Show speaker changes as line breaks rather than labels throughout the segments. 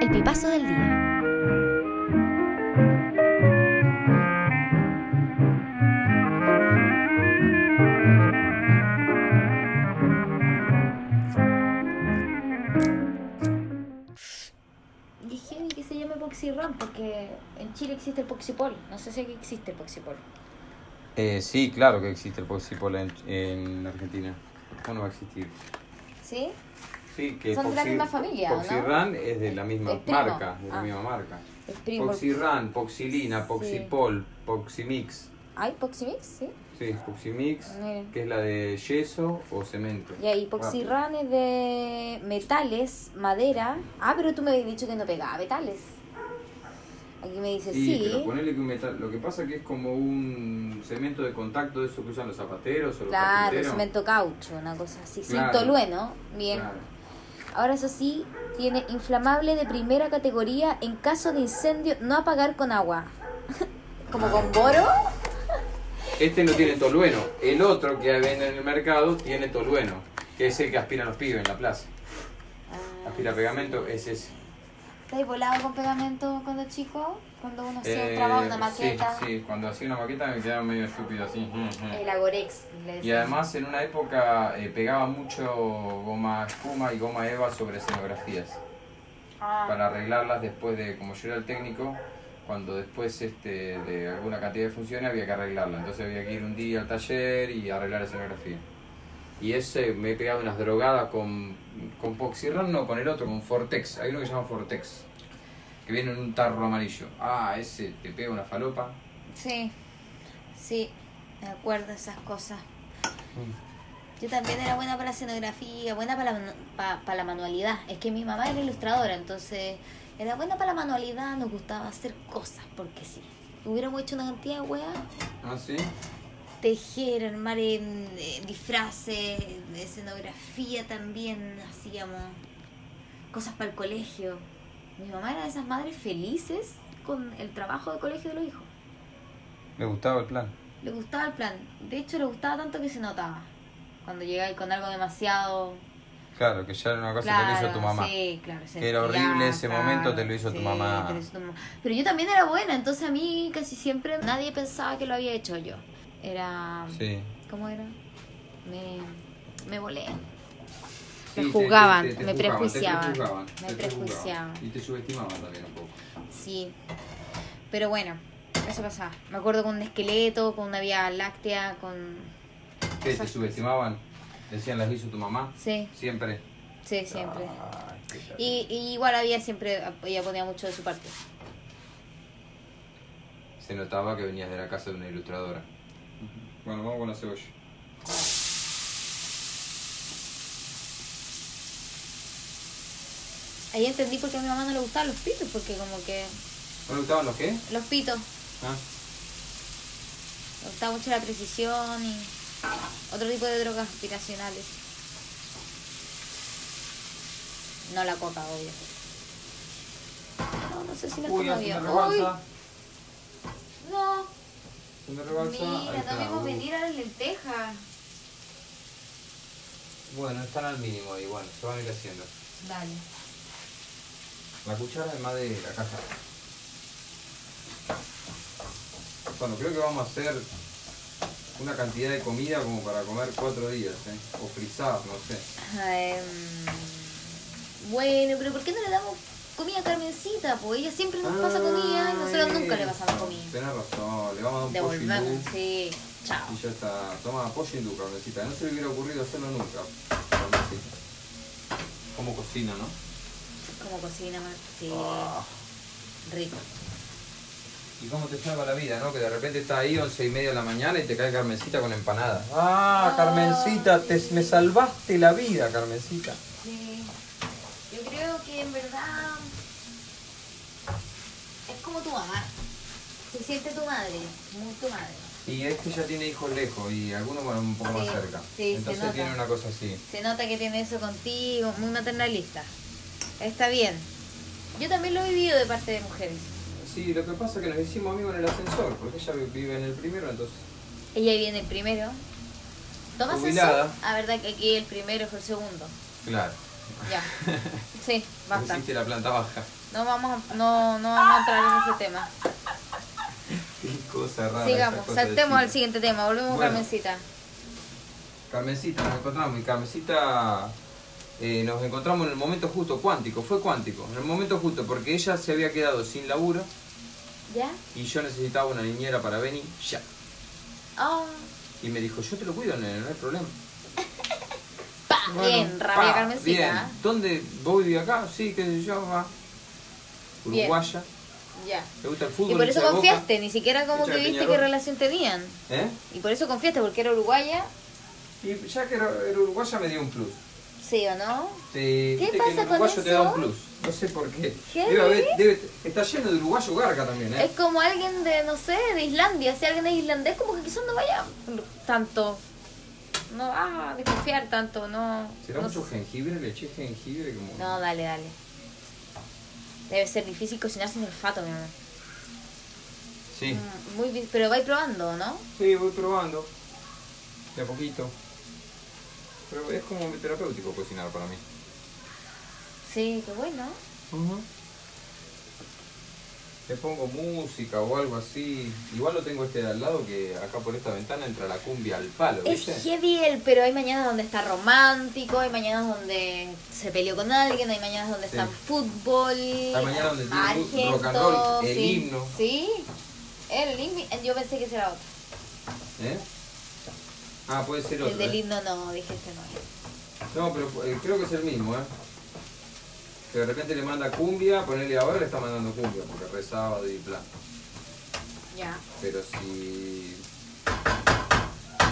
El pipazo del día.
Dije que se llame Poxirram porque en Chile existe el Poxipol. No sé si aquí existe el Poxipol.
Eh, sí, claro que existe el Poxipol en, en Argentina. ¿Cómo no va a existir?
¿Sí?
Sí, que
Son de la
Poxy-
misma familia, ¿o no?
Poxyran es de la misma
Es primo.
marca, de la
Ah.
misma marca.
Es primo.
Poxirran, Poxilina, Poxipol, Poximix.
¿Hay Poximix? Sí.
Sí, Poximix,
Mira.
que es la de yeso o cemento.
Y ahí Poxirram
Ah.
es de metales, madera. Ah, pero tú me habías dicho que no pegaba metales. Aquí me dice
Sí,
sí.
pero ponele que un metal, lo que pasa que es como un cemento de contacto de eso que usan los zapateros o los
Claro,
carpinteros.
cemento caucho, una cosa así. Sin
Claro.
tolueno. Bien.
Claro.
Ahora eso sí, tiene inflamable de primera categoría en caso de incendio no apagar con agua.
Ah.
Como con boro.
Este no tiene tolueno, el otro que venden en el mercado tiene tolueno, que es el que aspiran los pibes en la plaza. Aspira Ah, pegamento, es ese.
¿Estáis volado con pegamento cuando chico? Cuando uno se
Eh,
traba una maqueta. Eh,
Sí, sí, cuando hacía una maqueta me quedaba medio estúpido así. mm, mm.
El agorex. le
Y
decían.
además en una época eh, pegaba mucho goma espuma y goma eva sobre escenografías
Ah,
para arreglarlas después de, como yo era el técnico, cuando después este, de alguna cantidad de funciones había que arreglarla. Entonces había que ir un día al taller y arreglar escenografía. Y ese me he pegado unas drogadas con, con Poxirran, no, con el otro, con Fortex. Hay uno que se llama Fortex, que viene en un tarro amarillo. Ah, ese te pega una falopa.
Sí, sí, me acuerdo de esas cosas. Yo también era buena para la escenografía, buena para la, manu- pa- para la manualidad. Es que mi mamá era ilustradora, entonces era buena para la manualidad, nos gustaba hacer cosas, porque sí. Hubiéramos hecho una cantidad de weas,
¿Ah, sí?
tejer, armar em, eh, disfraces, escenografía también hacíamos, cosas para el colegio. Mi mamá era de esas madres felices con el trabajo de colegio de los hijos.
Me gustaba el plan.
Le gustaba el plan. De hecho, le gustaba tanto que se notaba. Cuando llegáis con algo demasiado.
Claro, que ya era una cosa que lo hizo tu mamá.
Sí, claro. se
Que era
enfriaba,
horrible ese momento, te lo hizo tu mamá.
te lo hizo tu mamá. Pero yo también era buena, entonces a mí casi siempre nadie pensaba que lo había hecho yo. Era.
Sí.
¿Cómo era? Me. Me volé. Me
Sí, te-
juzgaban,
te- te
me
juzgaban, te
prejuiciaban,
prejuzgaban,
me
te prejuzgaban.
prejuiciaban.
Y te subestimaban también un poco.
Sí. Pero bueno, eso pasaba. Me acuerdo con un esqueleto, con una vía láctea, con.
¿Qué? ¿Te
Esas
subestimaban? Decían, las hizo tu mamá.
Sí,
Siempre.
sí, siempre.
Ay, qué terrible.
Y, y igual había siempre, ella ponía mucho de su parte.
Se notaba que venías de la casa de una ilustradora. Bueno, vamos con la cebolla.
Ahí entendí por qué a mi mamá no le gustaban los pitos, porque como que
¿No le gustaban los qué?
los pitos,
Ah,
le gustaba mucho la precisión y otro tipo de drogas aspiracionales. No la coca, obvio. No, no sé si la
Uy,
coca
así me
había.
rebalsa.
no.
Se me rebalsa. Ahí está. Uh.
a las lentejas.
Bueno, están al mínimo ahí, bueno, se van a ir haciendo.
Dale.
La cuchara es más de la caja. Bueno, creo que vamos a hacer una cantidad de comida como para comer cuatro días, ¿eh? O frizar, no sé.
Em, Bueno, pero ¿por qué no le damos comida a Carmencita? Pues ella siempre nos pasa comida y nosotros
Ay,
nunca le pasamos
eso.
comida.
Tenés razón, le vamos a dar un pollo
Devolvemos,
hindú
sí. Chao.
y ya está. Toma pollo hindú, cabecita. No se le hubiera ocurrido hacerlo nunca. Carmencita. Como cocina, ¿no?
Como cocina más. Sí,
Ah,
rico.
Y cómo te salva la vida, ¿no? Que de repente está ahí 11 y media de la mañana y te cae Carmencita con empanada. Ah, Carmencita, te, me salvaste la vida, Carmencita.
Sí. Yo creo que en verdad es como tu mamá. Se siente tu madre, muy tu madre.
Y este ya tiene hijos lejos y algunos van un poco más
Sí,
cerca.
sí, se
Entonces
nota.
tiene una cosa así.
Se nota que tiene eso contigo, muy maternalista. Está bien. Yo también lo he vivido de parte de mujeres.
Sí, lo que pasa es que nos hicimos amigos en el ascensor, porque ella vi- vive en el primero, entonces.
Ella viene primero. ¿Tomas
Jubilada.
eso? Ah, verdad que aquí el primero es el segundo.
Claro.
Ya. Sí, basta.
Pusiste la planta baja.
No vamos a, no, no vamos a entrar en ese tema.
Qué cosa rara.
Sigamos,
esa cosa de
saltemos al
chico.
siguiente tema. Volvemos,
Bueno.
Carmencita.
Carmencita, nos encontramos y Carmencita eh, nos encontramos en el momento justo, cuántico, fue cuántico, en el momento justo, porque ella se había quedado sin laburo
¿Ya?
y yo necesitaba una niñera para venir ya.
Oh,
Y me dijo, yo te lo cuido, nene, no hay problema.
pa, Ah,
Bueno,
bien, rabia
pa,
Carmencita. ¿eh?
Bien, ¿dónde vos vivís acá? Sí, qué sé yo, va.
Bien.
Uruguaya,
Ya.
te gusta el fútbol.
Y por
hincha
eso
de Boca?
confiaste, ni siquiera como
Hincha
que
de
viste qué
Peñarol.
relación tenían.
¿Eh?
Y por eso confiaste, porque era uruguaya,
Y ya que era, era uruguaya me dio un plus.
sí o no.
Te- viste que
pasa
el
con
uruguayo te da
eso?
un plus. No sé por qué.
¿Qué?
Debe haber- debe- está lleno de uruguayo garca también, ¿eh?
Es como alguien de, no sé, de Islandia. Si alguien es islandés, como que quizás no vaya tanto. No va a desconfiar tanto, no.
¿Será
no
mucho
sé.
jengibre? Le eché jengibre como.
No, dale, dale. Debe ser difícil cocinar sin olfato, mi amor.
Sí.
Mm, Muy bien, pero vais probando, ¿no?
Sí, voy probando. De a poquito. Pero es como terapéutico cocinar para mí.
Sí, qué bueno.
Le pongo música o algo así. Igual lo tengo este de al lado que acá por esta ventana entra la cumbia al palo, ¿viste?
Es heavy el, pero hay mañanas donde está romántico, hay mañanas donde se peleó con alguien, hay mañanas donde
Sí.
está fútbol.
Hay mañanas donde tiene
argento,
rock and roll, el
sí.
himno.
Sí, el himno, yo pensé que ese era otro.
¿Eh? Ah, puede ser
El
otro.
del
¿eh?
himno no, dije este no. es.
No, pero eh, creo que es el mismo, ¿eh? Que de repente le manda cumbia, ponele ahora le está mandando cumbia, porque rezaba y plan.
Ya.
Pero si.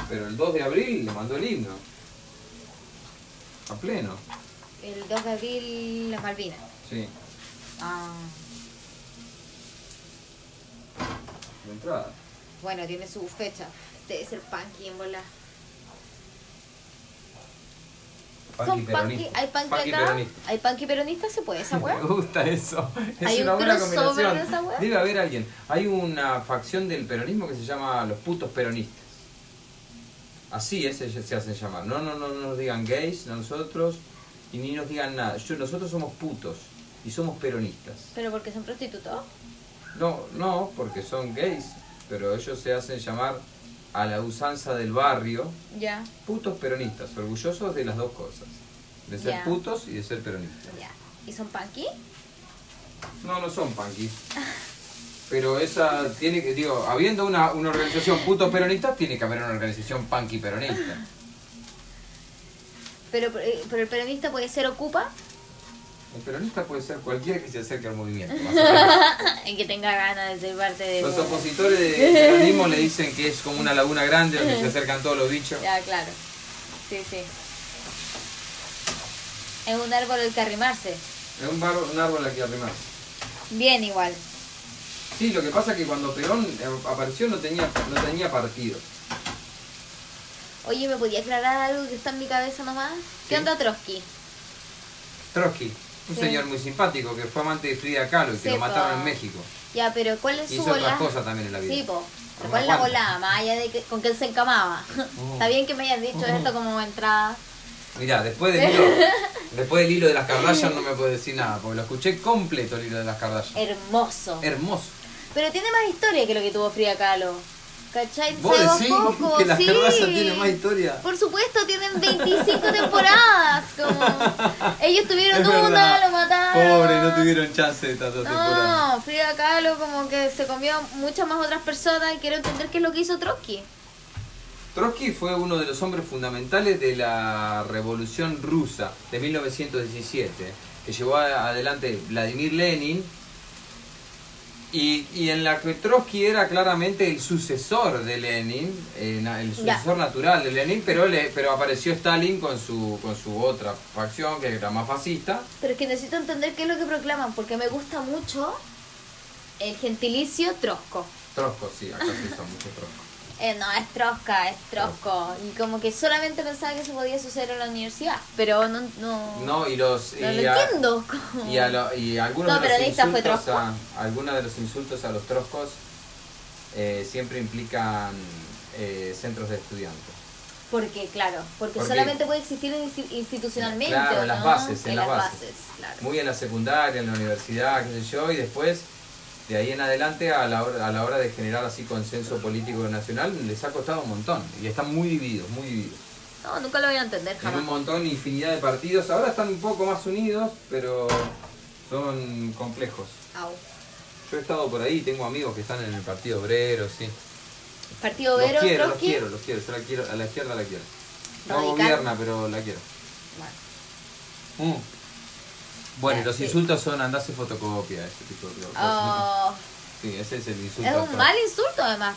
Pero el 2 de abril le mandó el himno. A pleno.
El 2 de abril, las Malvinas.
Sí.
Ah,
De entrada.
bueno, tiene su fecha. Debe ser punky en bola. Son punky, hay punky acá,
peronista.
hay punky peronista, se puede esa
Me
weá.
gusta eso. Es
Hay
una
un
buena
crossover
combinación.
de esa weá.
Debe haber alguien. Hay una facción del peronismo que se llama los putos peronistas. Así es, ellos se hacen llamar. No, no, no, no nos digan gays a nosotros y ni nos digan nada. Yo- nosotros somos putos y somos peronistas.
Pero porque son prostitutos.
No, no, porque son gays, pero ellos se hacen llamar a la usanza del barrio
Ya.
putos peronistas, orgullosos de las dos cosas, de ser
Ya.
putos y de ser peronistas.
Ya. ¿Y son punky?
No, no son punkis. Pero esa tiene que, digo, habiendo una, una organización putos peronistas, tiene que haber una organización punky peronista.
Pero, eh, pero el peronista puede ser ocupa,
El peronista puede ser cualquiera que se acerque al movimiento. más o menos.
el que tenga ganas de ser parte de.
Los opositores del peronismo le dicen que es como una laguna grande donde se acercan todos los bichos.
Ya, claro. Sí, sí. Es un árbol el que arrimarse.
Es un, barro- un árbol aquí arriba.
Bien igual.
Sí, lo que pasa es que cuando Perón eh, apareció no tenía, no tenía partido.
Oye, ¿me podía aclarar algo que está en mi cabeza nomás? ¿Qué
Sí.
onda Trotsky?
Trotsky, un
Sí.
señor muy simpático que fue amante de Frida Kahlo y que
Sí,
lo
pa.
mataron en México.
Ya, pero ¿cuál es su
Hizo
bola?
otras cosas también en la vida.
Sí, po.
Pero
¿Cuál es
una
la
cuanta.
volada? Más allá de que, con que él se encamaba.
Oh.
Está bien que me hayas dicho esto como entrada.
Mirá, después del hilo, después del hilo de las Kardashian no me puedo decir nada, porque lo escuché completo el hilo de las Kardashian.
Hermoso.
Hermoso.
Pero tiene más historia que lo que tuvo Frida Kahlo. ¿Cachai?
¿Vos
Se
decís
bajó,
que las
sí.
Kardashian tienen más historia?
Por supuesto, tienen 25 temporadas. Como... Ellos tuvieron
Es
una,
verdad.
lo mataron.
Pobre, no tuvieron chance de tantas temporadas.
No, Frida Kahlo como que se comió muchas más otras personas y quiero entender qué es lo que hizo Trotsky.
Trotsky fue uno de los hombres fundamentales de la Revolución Rusa de 1917, que llevó a- adelante Vladimir Lenin, y, y en la que Trotsky era claramente el sucesor de Lenin, eh, na- el
Ya.
sucesor natural de Lenin, pero, le- pero apareció Stalin con su, con su otra facción, que era más fascista.
Pero es que necesito entender qué es lo que proclaman, porque me gusta mucho el gentilicio Trosco.
Trosco, sí, acá se usa mucho Trosco.
Eh, no, es trosca, es trosco. Y como que solamente pensaba que eso podía suceder en la universidad, pero no... No,
No, y los.
no
y
lo
a-
entiendo. como-
Y, a lo- y algunos,
No,
de
pero
los
de esta fue
insultos a,
trosco.
algunos de los insultos a los troscos eh, siempre implican eh, centros de estudiantes.
Porque, claro, porque
Porque-
solamente puede existir insti- institucionalmente.
Claro,
¿o
en las
no?
bases, en
En
las
las
bases.
bases, claro.
Muy en la secundaria, en la universidad, qué sé yo, y después, de ahí en adelante, a la hora, a la hora de generar así consenso político nacional, les ha costado un montón. Y están muy divididos, muy divididos.
No, nunca lo voy a entender
En un
jamás.
montón, infinidad de partidos. Ahora están un poco más unidos, pero son complejos.
Au.
Yo he estado por ahí, tengo amigos que están en el Partido Obrero, sí.
Partido
Los
Vero,
quiero, los
Trotsky.
quiero, los quiero, yo la quiero, a la izquierda la quiero. No
Radical.
gobierna, pero la quiero.
Bueno,
Mm. Bueno, y los
Sí.
insultos son andase fotocopia, ese tipo de cosas.
oh,
Sí, ese es el insulto.
es
actual.
un mal insulto, además.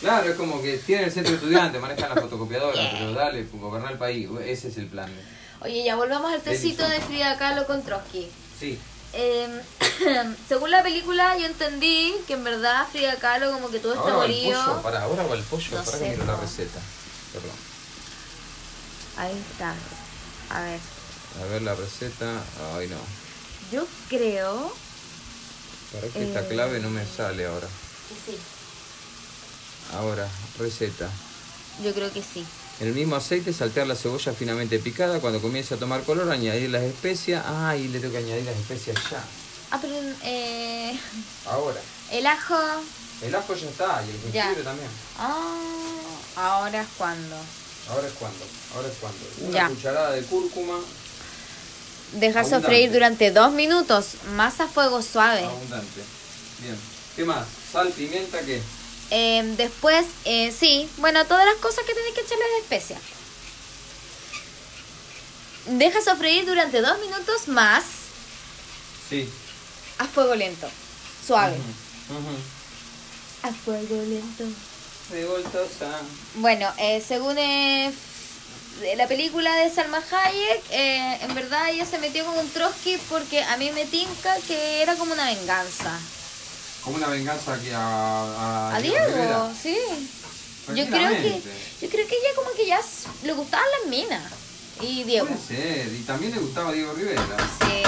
Claro, es como que tienen el centro de estudiantes, manejan la fotocopiadora, pero dale, gobernar el país, ese es el plan.
Oye, ya volvamos al tecito de
insulto.
Frida Kahlo con Trotsky.
Sí,
Eh, según la película, yo entendí que en verdad Frida Kahlo, como que todo este
ahora va el
bolillo.
pollo, para, ahora va el pollo,
No
para
sé,
que miro la
no.
receta. Perdón.
Ahí está. A ver.
A ver la receta, ay no,
Yo creo
para que
Eh.
esta clave no me sale ahora.
que sí.
Ahora, receta.
Yo creo que sí.
En el mismo aceite saltear la cebolla finamente picada, cuando comience a tomar color añadir las especias. Ah, y le tengo que añadir las especias ya.
Ah, pero eh,
Ahora.
el ajo.
El ajo ya está y el
Ya.
jengibre también.
Ah, ahora es cuando.
Ahora es cuando. Ahora es cuando. Una
Ya.
cucharada de cúrcuma.
Dejar
Abundante.
sofreír durante dos minutos, más a fuego suave.
Abundante. Bien. ¿Qué más? Sal, pimienta, ¿qué?
Eh, después, eh, sí, bueno, todas las cosas que tenés que echarle de especia. Deja sofreír durante dos minutos más
Sí.
a fuego lento, suave.
Ujú. Ujú.
A fuego lento.
Revoltosa.
Bueno, eh, según eh, de la película de Salma Hayek, eh, en verdad ella se metió con un Trotsky porque a mí me tinca que era como una venganza.
Como una venganza que a, a,
A Diego, sí. Yo creo que
Tranquilamente.
yo creo que ella como que ya s- le gustaban las minas y Diego.
Puede ser. Y también le gustaba a Diego Rivera.
Sí,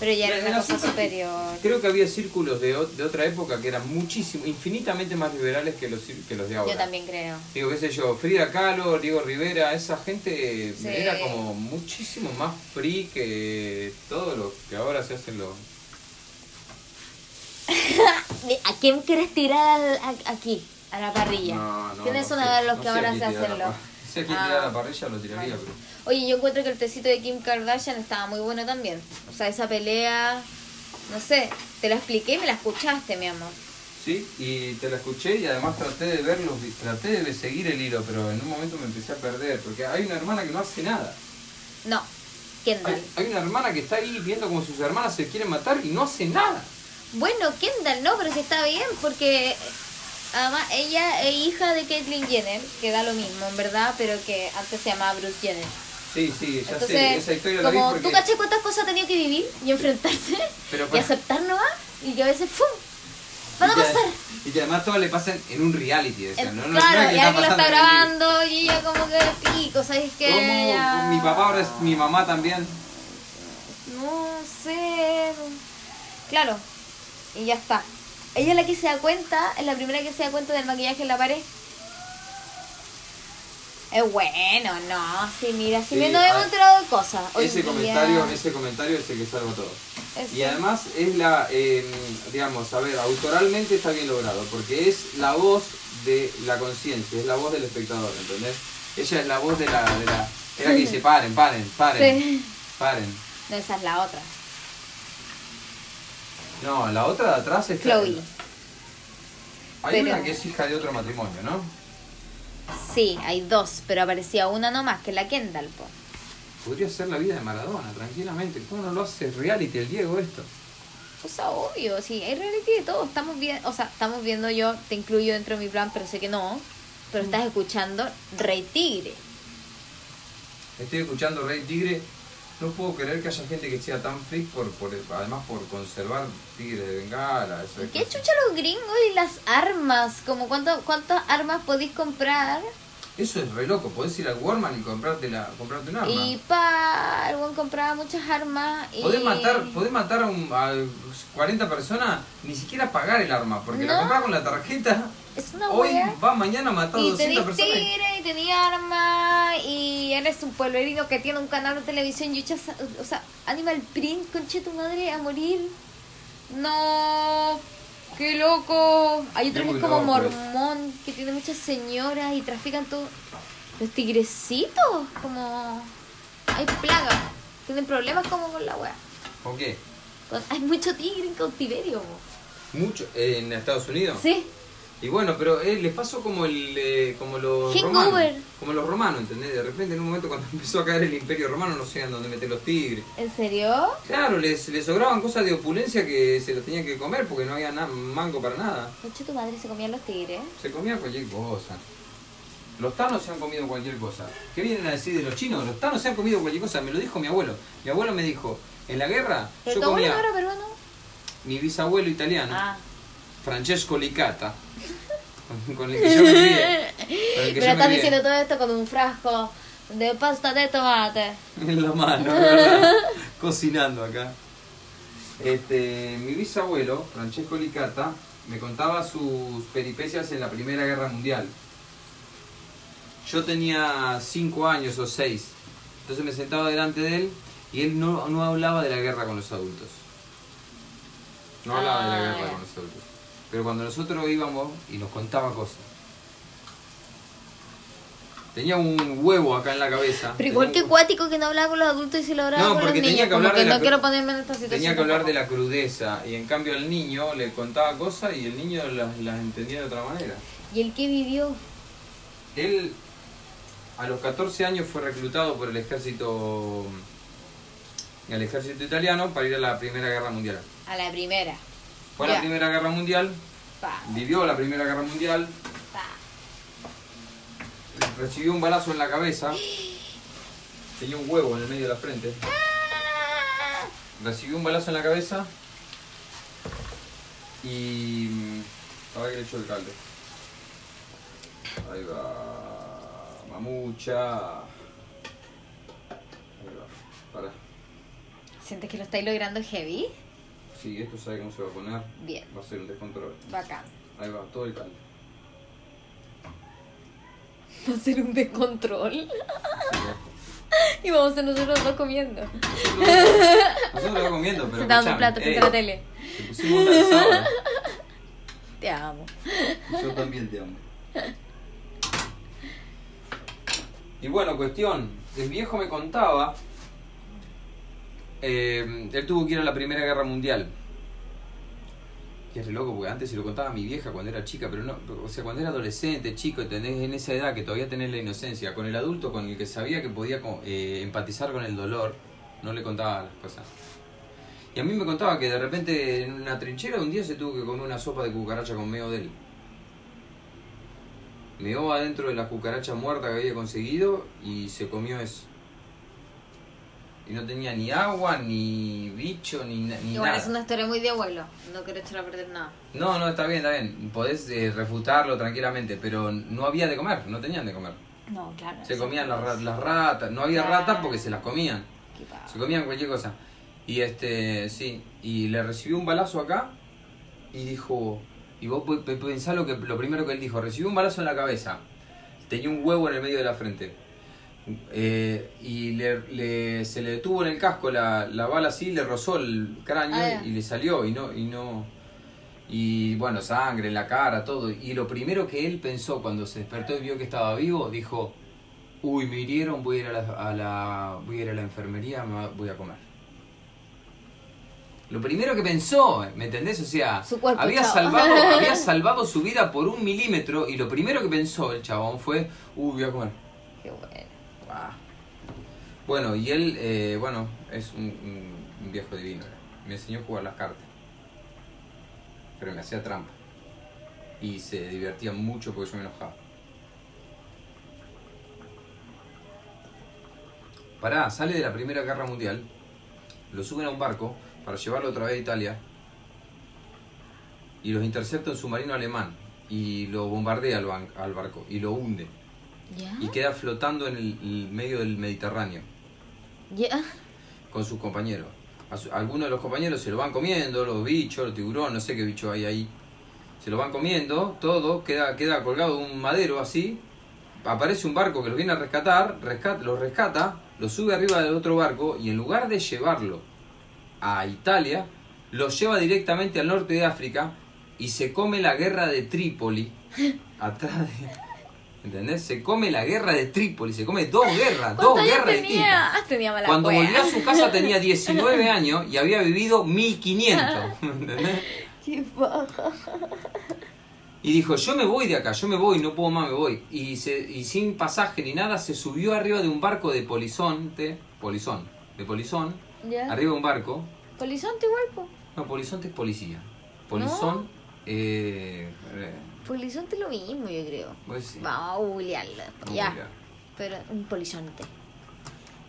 pero ya era
Pero
una
no
cosa
siento que-
superior.
Creo que había círculos de, o- de otra época que eran muchísimo, infinitamente más liberales que los, cir- que los de ahora.
Yo también creo.
Digo, qué sé yo, Frida Kahlo, Diego Rivera, esa gente
Sí.
era como muchísimo más free que todo lo que ahora se hacen los...
¿A quién quieres tirar al- a- aquí? A la parrilla. Tienes
no
una
sé.
de los
No
que
sé a
ahora
quién
se
tirar la
hacen los.
par- No sé a quién
Ah.
tirar la parrilla, lo tiraría,
Bueno.
pero...
Oye, yo encuentro que el tecito de Kim Kardashian estaba muy bueno también. O sea, esa pelea, no sé, te la expliqué y me la escuchaste, mi amor.
Sí, y te la escuché y además traté de verlos, traté de seguir el hilo, pero en un momento me empecé a perder, porque hay una hermana que no hace nada.
No, Kendall.
Hay, hay una hermana que está ahí viendo como sus hermanas se quieren matar y no hace nada.
Bueno, Kendall no, pero sí está bien porque eh, además ella es hija de Caitlyn Jenner, que da lo mismo, en verdad, pero que antes se llamaba Bruce Jenner.
Sí, sí, ya sé,
Entonces,
esa historia la vi
como
porque...
tú caché cuántas cosas ha tenido que vivir y enfrentarse
Pero
y
para-
aceptar nomás y que a veces ¡fum! van a
y que-
pasar.
Y que además todo le pasa en- en un reality, o sea,
Eh,
no, no, no
claro,
es que
y ahora
está
que lo está
pasando en
grabando
el vivo.
y ella como que pico, ¿sabes qué?
¿Cómo?
Ya-
Mi papá ahora es mi mamá también.
No sé. Claro, y ya está. Ella es la que se da cuenta, es la primera que se da cuenta del maquillaje en la pared. Es bueno, no, sí, mira, si
Sí,
me no
ah,
he enterado de cosas. hoy
Ese
día.
comentario, ese comentario es el que salva todo.
Es-
Y además es la, eh, digamos, a ver, autoralmente está bien logrado, porque es la voz de la conciencia, es la voz del espectador, ¿entendés? Ella es la voz de la... De la es la que dice, paren, paren, paren,
Sí.
paren.
No, esa es la otra.
No, la otra de atrás es...
Chloe.
Hay
Pero-
una que es hija de otro matrimonio, ¿no?
Sí, hay dos, pero aparecía una nomás, que es la Kendall, po.
Podría ser la vida de Maradona, tranquilamente. ¿Cómo no lo hace reality el Diego esto?
O sea, obvio, sí, hay reality de todo. Estamos viendo, o sea, estamos viendo yo, te incluyo dentro de mi plan, pero sé que no.
Mm.
Pero estás escuchando Rey Tigre.
Estoy escuchando Rey Tigre No puedo creer que haya gente que sea tan freak, por, por, además por conservar tigres de bengala. esas
¿Y ¿Qué
cosas.
chucha los gringos y las armas? Como cuánto, ¿Cuántas armas podéis comprar?
Eso es re loco, podés ir al Warman y comprarte, la, comprarte un arma.
Y pa, el buen compraba muchas armas. Y...
Podés matar, podés matar a, un- a 40 personas, ni siquiera pagar el arma, porque la
No.
compras con la tarjeta.
Es una
Hoy
wea.
va mañana a matar
Y te
200
diste
personas. y-
y tenía arma y eres un pueblerino que tiene un canal de televisión y echas- o sea, Animal Print, conche tu madre, a morir. No, qué loco. Hay otro
Es
que es
muy
como
loco, pues. es.
mormón, que tiene muchas señoras y trafican todo. Los tigrecitos, como... Hay plaga, tienen problemas como con la wea.
¿Con qué?
Con- Hay mucho tigre en cautiverio. bo.
Mucho, eh, en Estados Unidos.
Sí,
Y bueno, pero eh, les pasó como el eh, como los
Hangover.
romanos, como los romanos, ¿entendés? De repente en un momento cuando empezó a caer el Imperio Romano no sabían dónde meter los tigres.
¿en serio?
Claro, les, les sobraban cosas de opulencia que se los tenían que comer porque no había na- mango para nada.
Conche tu madre, se comían los tigres.
Se comía cualquier cosa. Los tanos se han comido cualquier cosa. ¿Qué vienen a decir de los chinos? Los tanos se han comido cualquier cosa. Me lo dijo mi abuelo. Mi abuelo me dijo, en la guerra
¿Pero
yo
tu abuelo
comía
no era peruano?
mi bisabuelo italiano,
Ah.
Francesco Licata, con el que yo me crié. con el que
Pero
yo me
estás
crié.
diciendo todo esto con un frasco de pasta de tomate.
en la mano, es ¿verdad? cocinando acá. Este, mi bisabuelo, Francesco Licata, me contaba sus peripecias en la Primera Guerra Mundial. Yo tenía 5 años o 6, entonces me sentaba delante de él y él no, no hablaba de la guerra con los adultos. No hablaba de la
Ah,
guerra
ya.
con los adultos. Pero cuando nosotros íbamos y nos contaba cosas. Tenía un huevo acá en la cabeza.
Pero
tenía
igual
un
que
hue-
cuático que no hablaba con los adultos y se lo hablaba
No,
con los
porque tenía
niños.
que
Como
hablar de la
no
cru-
quiero ponerme en esta situación.
Tenía que hablar de
tampoco.
la crudeza y en cambio al niño le contaba cosas y el niño las, las entendía de otra manera.
¿Y el que vivió?
Él a los 14 años fue reclutado por el ejército el ejército italiano para ir a la Primera Guerra Mundial.
A la primera.
Fue a
Ya.
la Primera Guerra Mundial,
Pa,
vivió la Primera Guerra Mundial,
pa.
recibió un balazo en la cabeza, tenía un huevo en el medio de la frente. Recibió un balazo en la cabeza y. mm, A ver que le echo el caldo. Ahí va. Mamucha. Ahí va. Para.
¿Sientes que lo estáis logrando heavy?
Sí, esto sabe cómo se va a poner.
Bien.
Va a ser un descontrol.
Bacán.
Ahí va, todo el caldo.
Va a ser un descontrol.
Sí, va.
Y vamos a ser nosotros dos comiendo.
Nosotros- Nosotros lo comiendo, pero.
Se está dando
escuchame, eh.
un plato frente
ey,
a la tele.
Te pusimos onda de sábado.
Te amo.
Yo también te amo. Y bueno, cuestión, el viejo me contaba, eh, él tuvo que ir a la Primera Guerra Mundial. Y es re loco, porque antes se lo contaba a mi vieja cuando era chica, pero no, o sea, cuando era adolescente, chico, tenés en esa edad que todavía tenés la inocencia, con el adulto con el que sabía que podía co- eh, empatizar con el dolor, no le contaba las cosas. Y a mí me contaba que de repente en una trinchera un día se tuvo que comer una sopa de cucaracha con meo de él. Meó adentro de la cucaracha muerta que había conseguido y se comió eso. Y no tenía ni agua, ni bicho, ni, na- ni
Igual
nada.
es una historia muy de abuelo. No quiero echar a perder nada.
No, no, está bien, está bien. Podés eh, refutarlo tranquilamente, pero no había de comer, no tenían de comer.
No, claro.
Se
eso
comían
no
las,
es.
ra- las ratas, no había
Claro.
ratas porque se las comían.
Qué pa-
Se comían cualquier cosa. Y este, sí, y le recibió un balazo acá y dijo, y vos pe- pe- pensá lo, que, lo primero que él dijo, recibió un balazo en la cabeza, tenía un huevo en el medio de la frente. Eh, y le, le- se le detuvo en el casco la, la bala así, le rozó el cráneo
Ah, ya.
y le salió y no, y no, y bueno, sangre en la cara, todo. Y lo primero que él pensó cuando se despertó y vio que estaba vivo, dijo, uy, me hirieron, voy a ir a la, a la- voy a, ir a la enfermería, me va- voy a comer. Lo primero que pensó, ¿me entendés? O sea,
Su cuerpo,
había,
chao.
salvado, había salvado su vida por un milímetro y lo primero que pensó el chabón fue, uy, voy a comer.
Qué bueno.
Ah. Bueno, y él, eh, bueno, es un, un- un viejo divino. Me enseñó a jugar las cartas. Pero me hacía trampa. Y se divertía mucho porque yo me enojaba. Pará, sale de la Primera Guerra Mundial, lo suben a un barco para llevarlo otra vez a Italia y los intercepta un submarino alemán y lo bombardea al, ban- al barco y lo hunde
¿Ya?
y queda flotando en el- el medio del Mediterráneo
¿Ya?
con sus compañeros. A su- algunos de los compañeros se lo van comiendo, los bichos, los tiburones, no sé qué bicho hay ahí. Se lo van comiendo, todo, queda, queda colgado de un madero así. Aparece un barco que los viene a rescatar, rescata, los rescata, los sube arriba del otro barco y en lugar de llevarlo a Italia, los lleva directamente al norte de África y se come la guerra de Trípoli atrás de... ¿Entendés? Se come la guerra de Trípoli, se come dos guerras, dos
¿Cuántos
guerras
años
distintas.
tenía? Ah, tenía mala
Cuando
cueva.
volvió a su casa tenía 19 años y había vivido 1500. ¿entendés?
Qué baja.
Y dijo, yo me voy de acá, yo me voy, no puedo más, me voy. Y, se, y sin pasaje ni nada, se subió arriba de un barco de polizonte, polizón, de polizón,
¿Ya?
arriba de un barco.
Polizonte igual, po.
No, polizonte es policía. Polizón, eh, eh,
Polizonte es lo mismo, yo creo.
pues, sí.
Vamos a googlearlo.
Vamos a
ya.
googlear.
Pero un polizonte.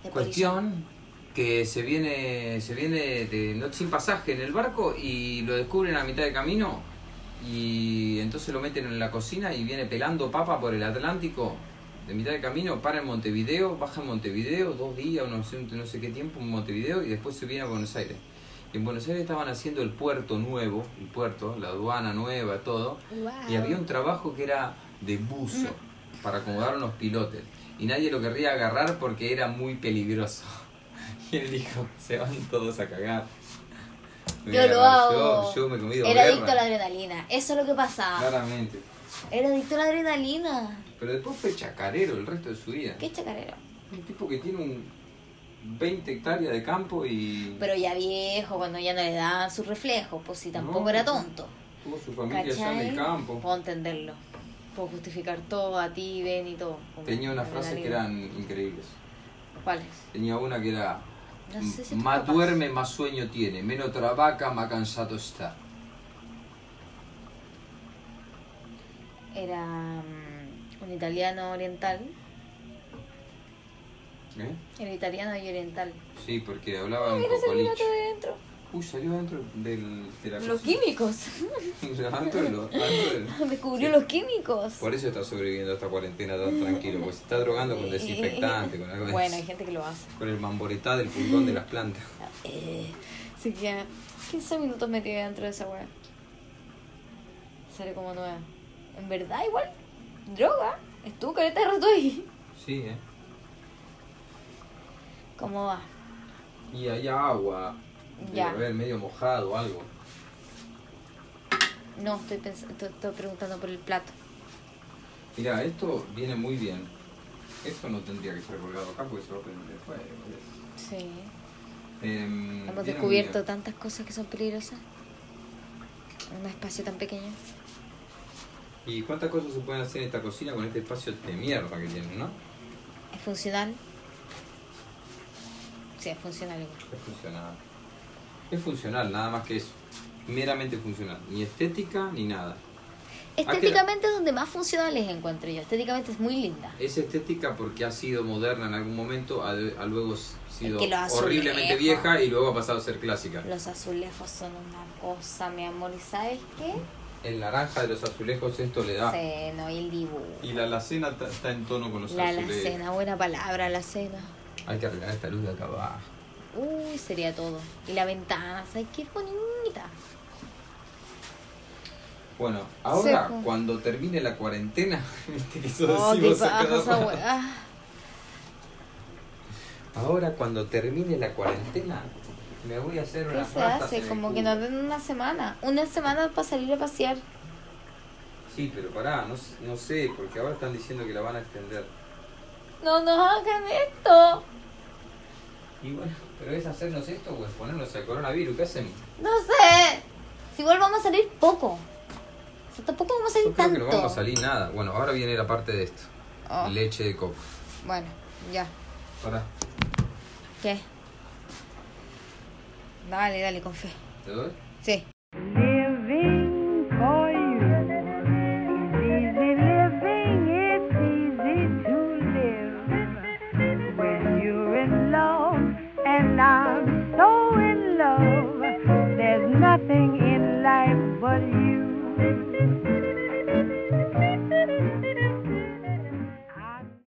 De
Cuestión que se viene, se viene de, no, sin pasaje en el barco y lo descubren a mitad de camino y entonces lo meten en la cocina y viene pelando papa por el Atlántico de mitad de camino, para en Montevideo, baja en Montevideo, dos días, no sé, no sé qué tiempo en Montevideo y después se viene a Buenos Aires. Y en Buenos Aires estaban haciendo el puerto nuevo, el puerto, la aduana nueva, todo,
polizonte.
y
Wow.
había un trabajo que era de buzo
Mm.
para acomodar unos pilotes. Y nadie lo querría agarrar porque era muy peligroso. Y él dijo, se van todos a cagar. Me
Yo lo
agarró,
hago.
Yo, yo me he comido
Era
guerra.
adicto a la adrenalina. Eso es lo que pasaba.
Claramente.
Era adicto a la adrenalina.
Pero después fue chacarero el resto de su vida.
Qué chacarero.
Un tipo que tiene un 20 hectáreas de campo y
Pero ya viejo, cuando ya no le daban sus reflejos, pues si tampoco
No.
era tonto.
tuvo su familia allá en
¿Cachai?
el campo.
Puedo entenderlo. Puedo justificar todo a ti, Ben y todo. Como
Tenía unas
la
frases que
realidad.
eran increíbles.
¿Cuáles?
Tenía una que era
No sé si tú
más
capaz.
duerme, más sueño tiene, menos trabaja, más cansado está.
Era mm, un italiano oriental.
¿Eh?
Era italiano y oriental.
Sí, porque hablaba un
Mira,
poco
salió gato
licho.
de dentro.
Uy, salió dentro del, de la
Los
cocina.
químicos.
Dentro de lo- dentro del-
Descubrió
Sí.
los químicos.
Por eso está sobreviviendo a esta cuarentena tan tranquilo, porque se está drogando con desinfectante, con algo de
Bueno, hay
eso.
gente que lo hace.
Con el mamboretá del pulgón de las plantas.
Eh, así que 15 minutos metido dentro de esa weá. Sale como nueva. En verdad, igual, droga. Estuvo careta de rato ahí.
Sí, ¿eh?
¿Cómo va?
Y hay agua. Debe
Ya.
haber medio mojado o algo.
No, estoy, pens- estoy, estoy preguntando por el plato.
Mira, esto viene muy bien. Esto no tendría que ser colgado acá porque se va a prender fuego. ¿ves?
Sí.
Em, viene muy
Hemos descubierto
Mm, bien.
tantas cosas que son peligrosas. En un espacio tan pequeño.
¿Y cuántas cosas se pueden hacer en esta cocina con este espacio de mierda que tienen, no?
¿Es funcional? Sí, es funcional igual.
Es funcional. Es funcional, nada más que eso. Meramente funcional. Ni estética ni nada.
Estéticamente es donde más funcionales encuentro yo. Estéticamente es muy linda.
Es estética porque ha sido moderna en algún momento, ha, de- ha luego s- sido
que lo hace
horriblemente
viejo.
vieja y luego ha pasado a ser clásica.
Los azulejos son una cosa, mi amor. ¿Y sabes qué?
El naranja de los azulejos esto le da.
Sí, no, y el dibujo.
Y la alacena ta- está en tono con los
La
azulejos.
alacena, buena palabra, alacena.
Hay que arreglar esta luz de acá abajo.
Uy, sería todo. Y la ventana, ¿sabes qué bonita?
Bueno, ahora
Seco.
cuando termine la cuarentena, viste que eso
Oh,
decimos
qué
a cada
paja esa
rato.
weá.
Ahora cuando termine la cuarentena, me voy a hacer
¿Qué
una
se hace? Como que nos den una semana. Una semana para salir a pasear.
Sí, pero pará, no, s- no sé, porque ahora están diciendo que la van a extender.
No nos hagan esto.
Y bueno, pero es hacernos esto o exponernos al coronavirus, ¿qué hacemos?
No sé. Si igual vamos a salir poco. O sea, tampoco vamos a salir
Yo creo que no
tanto.
vamos a salir nada. Bueno, ahora viene la parte de esto.
Oh,
Leche de coco.
bueno, ya.
Pará,
¿Qué? Dale, dale, con fe.
¿te doy?
Sí.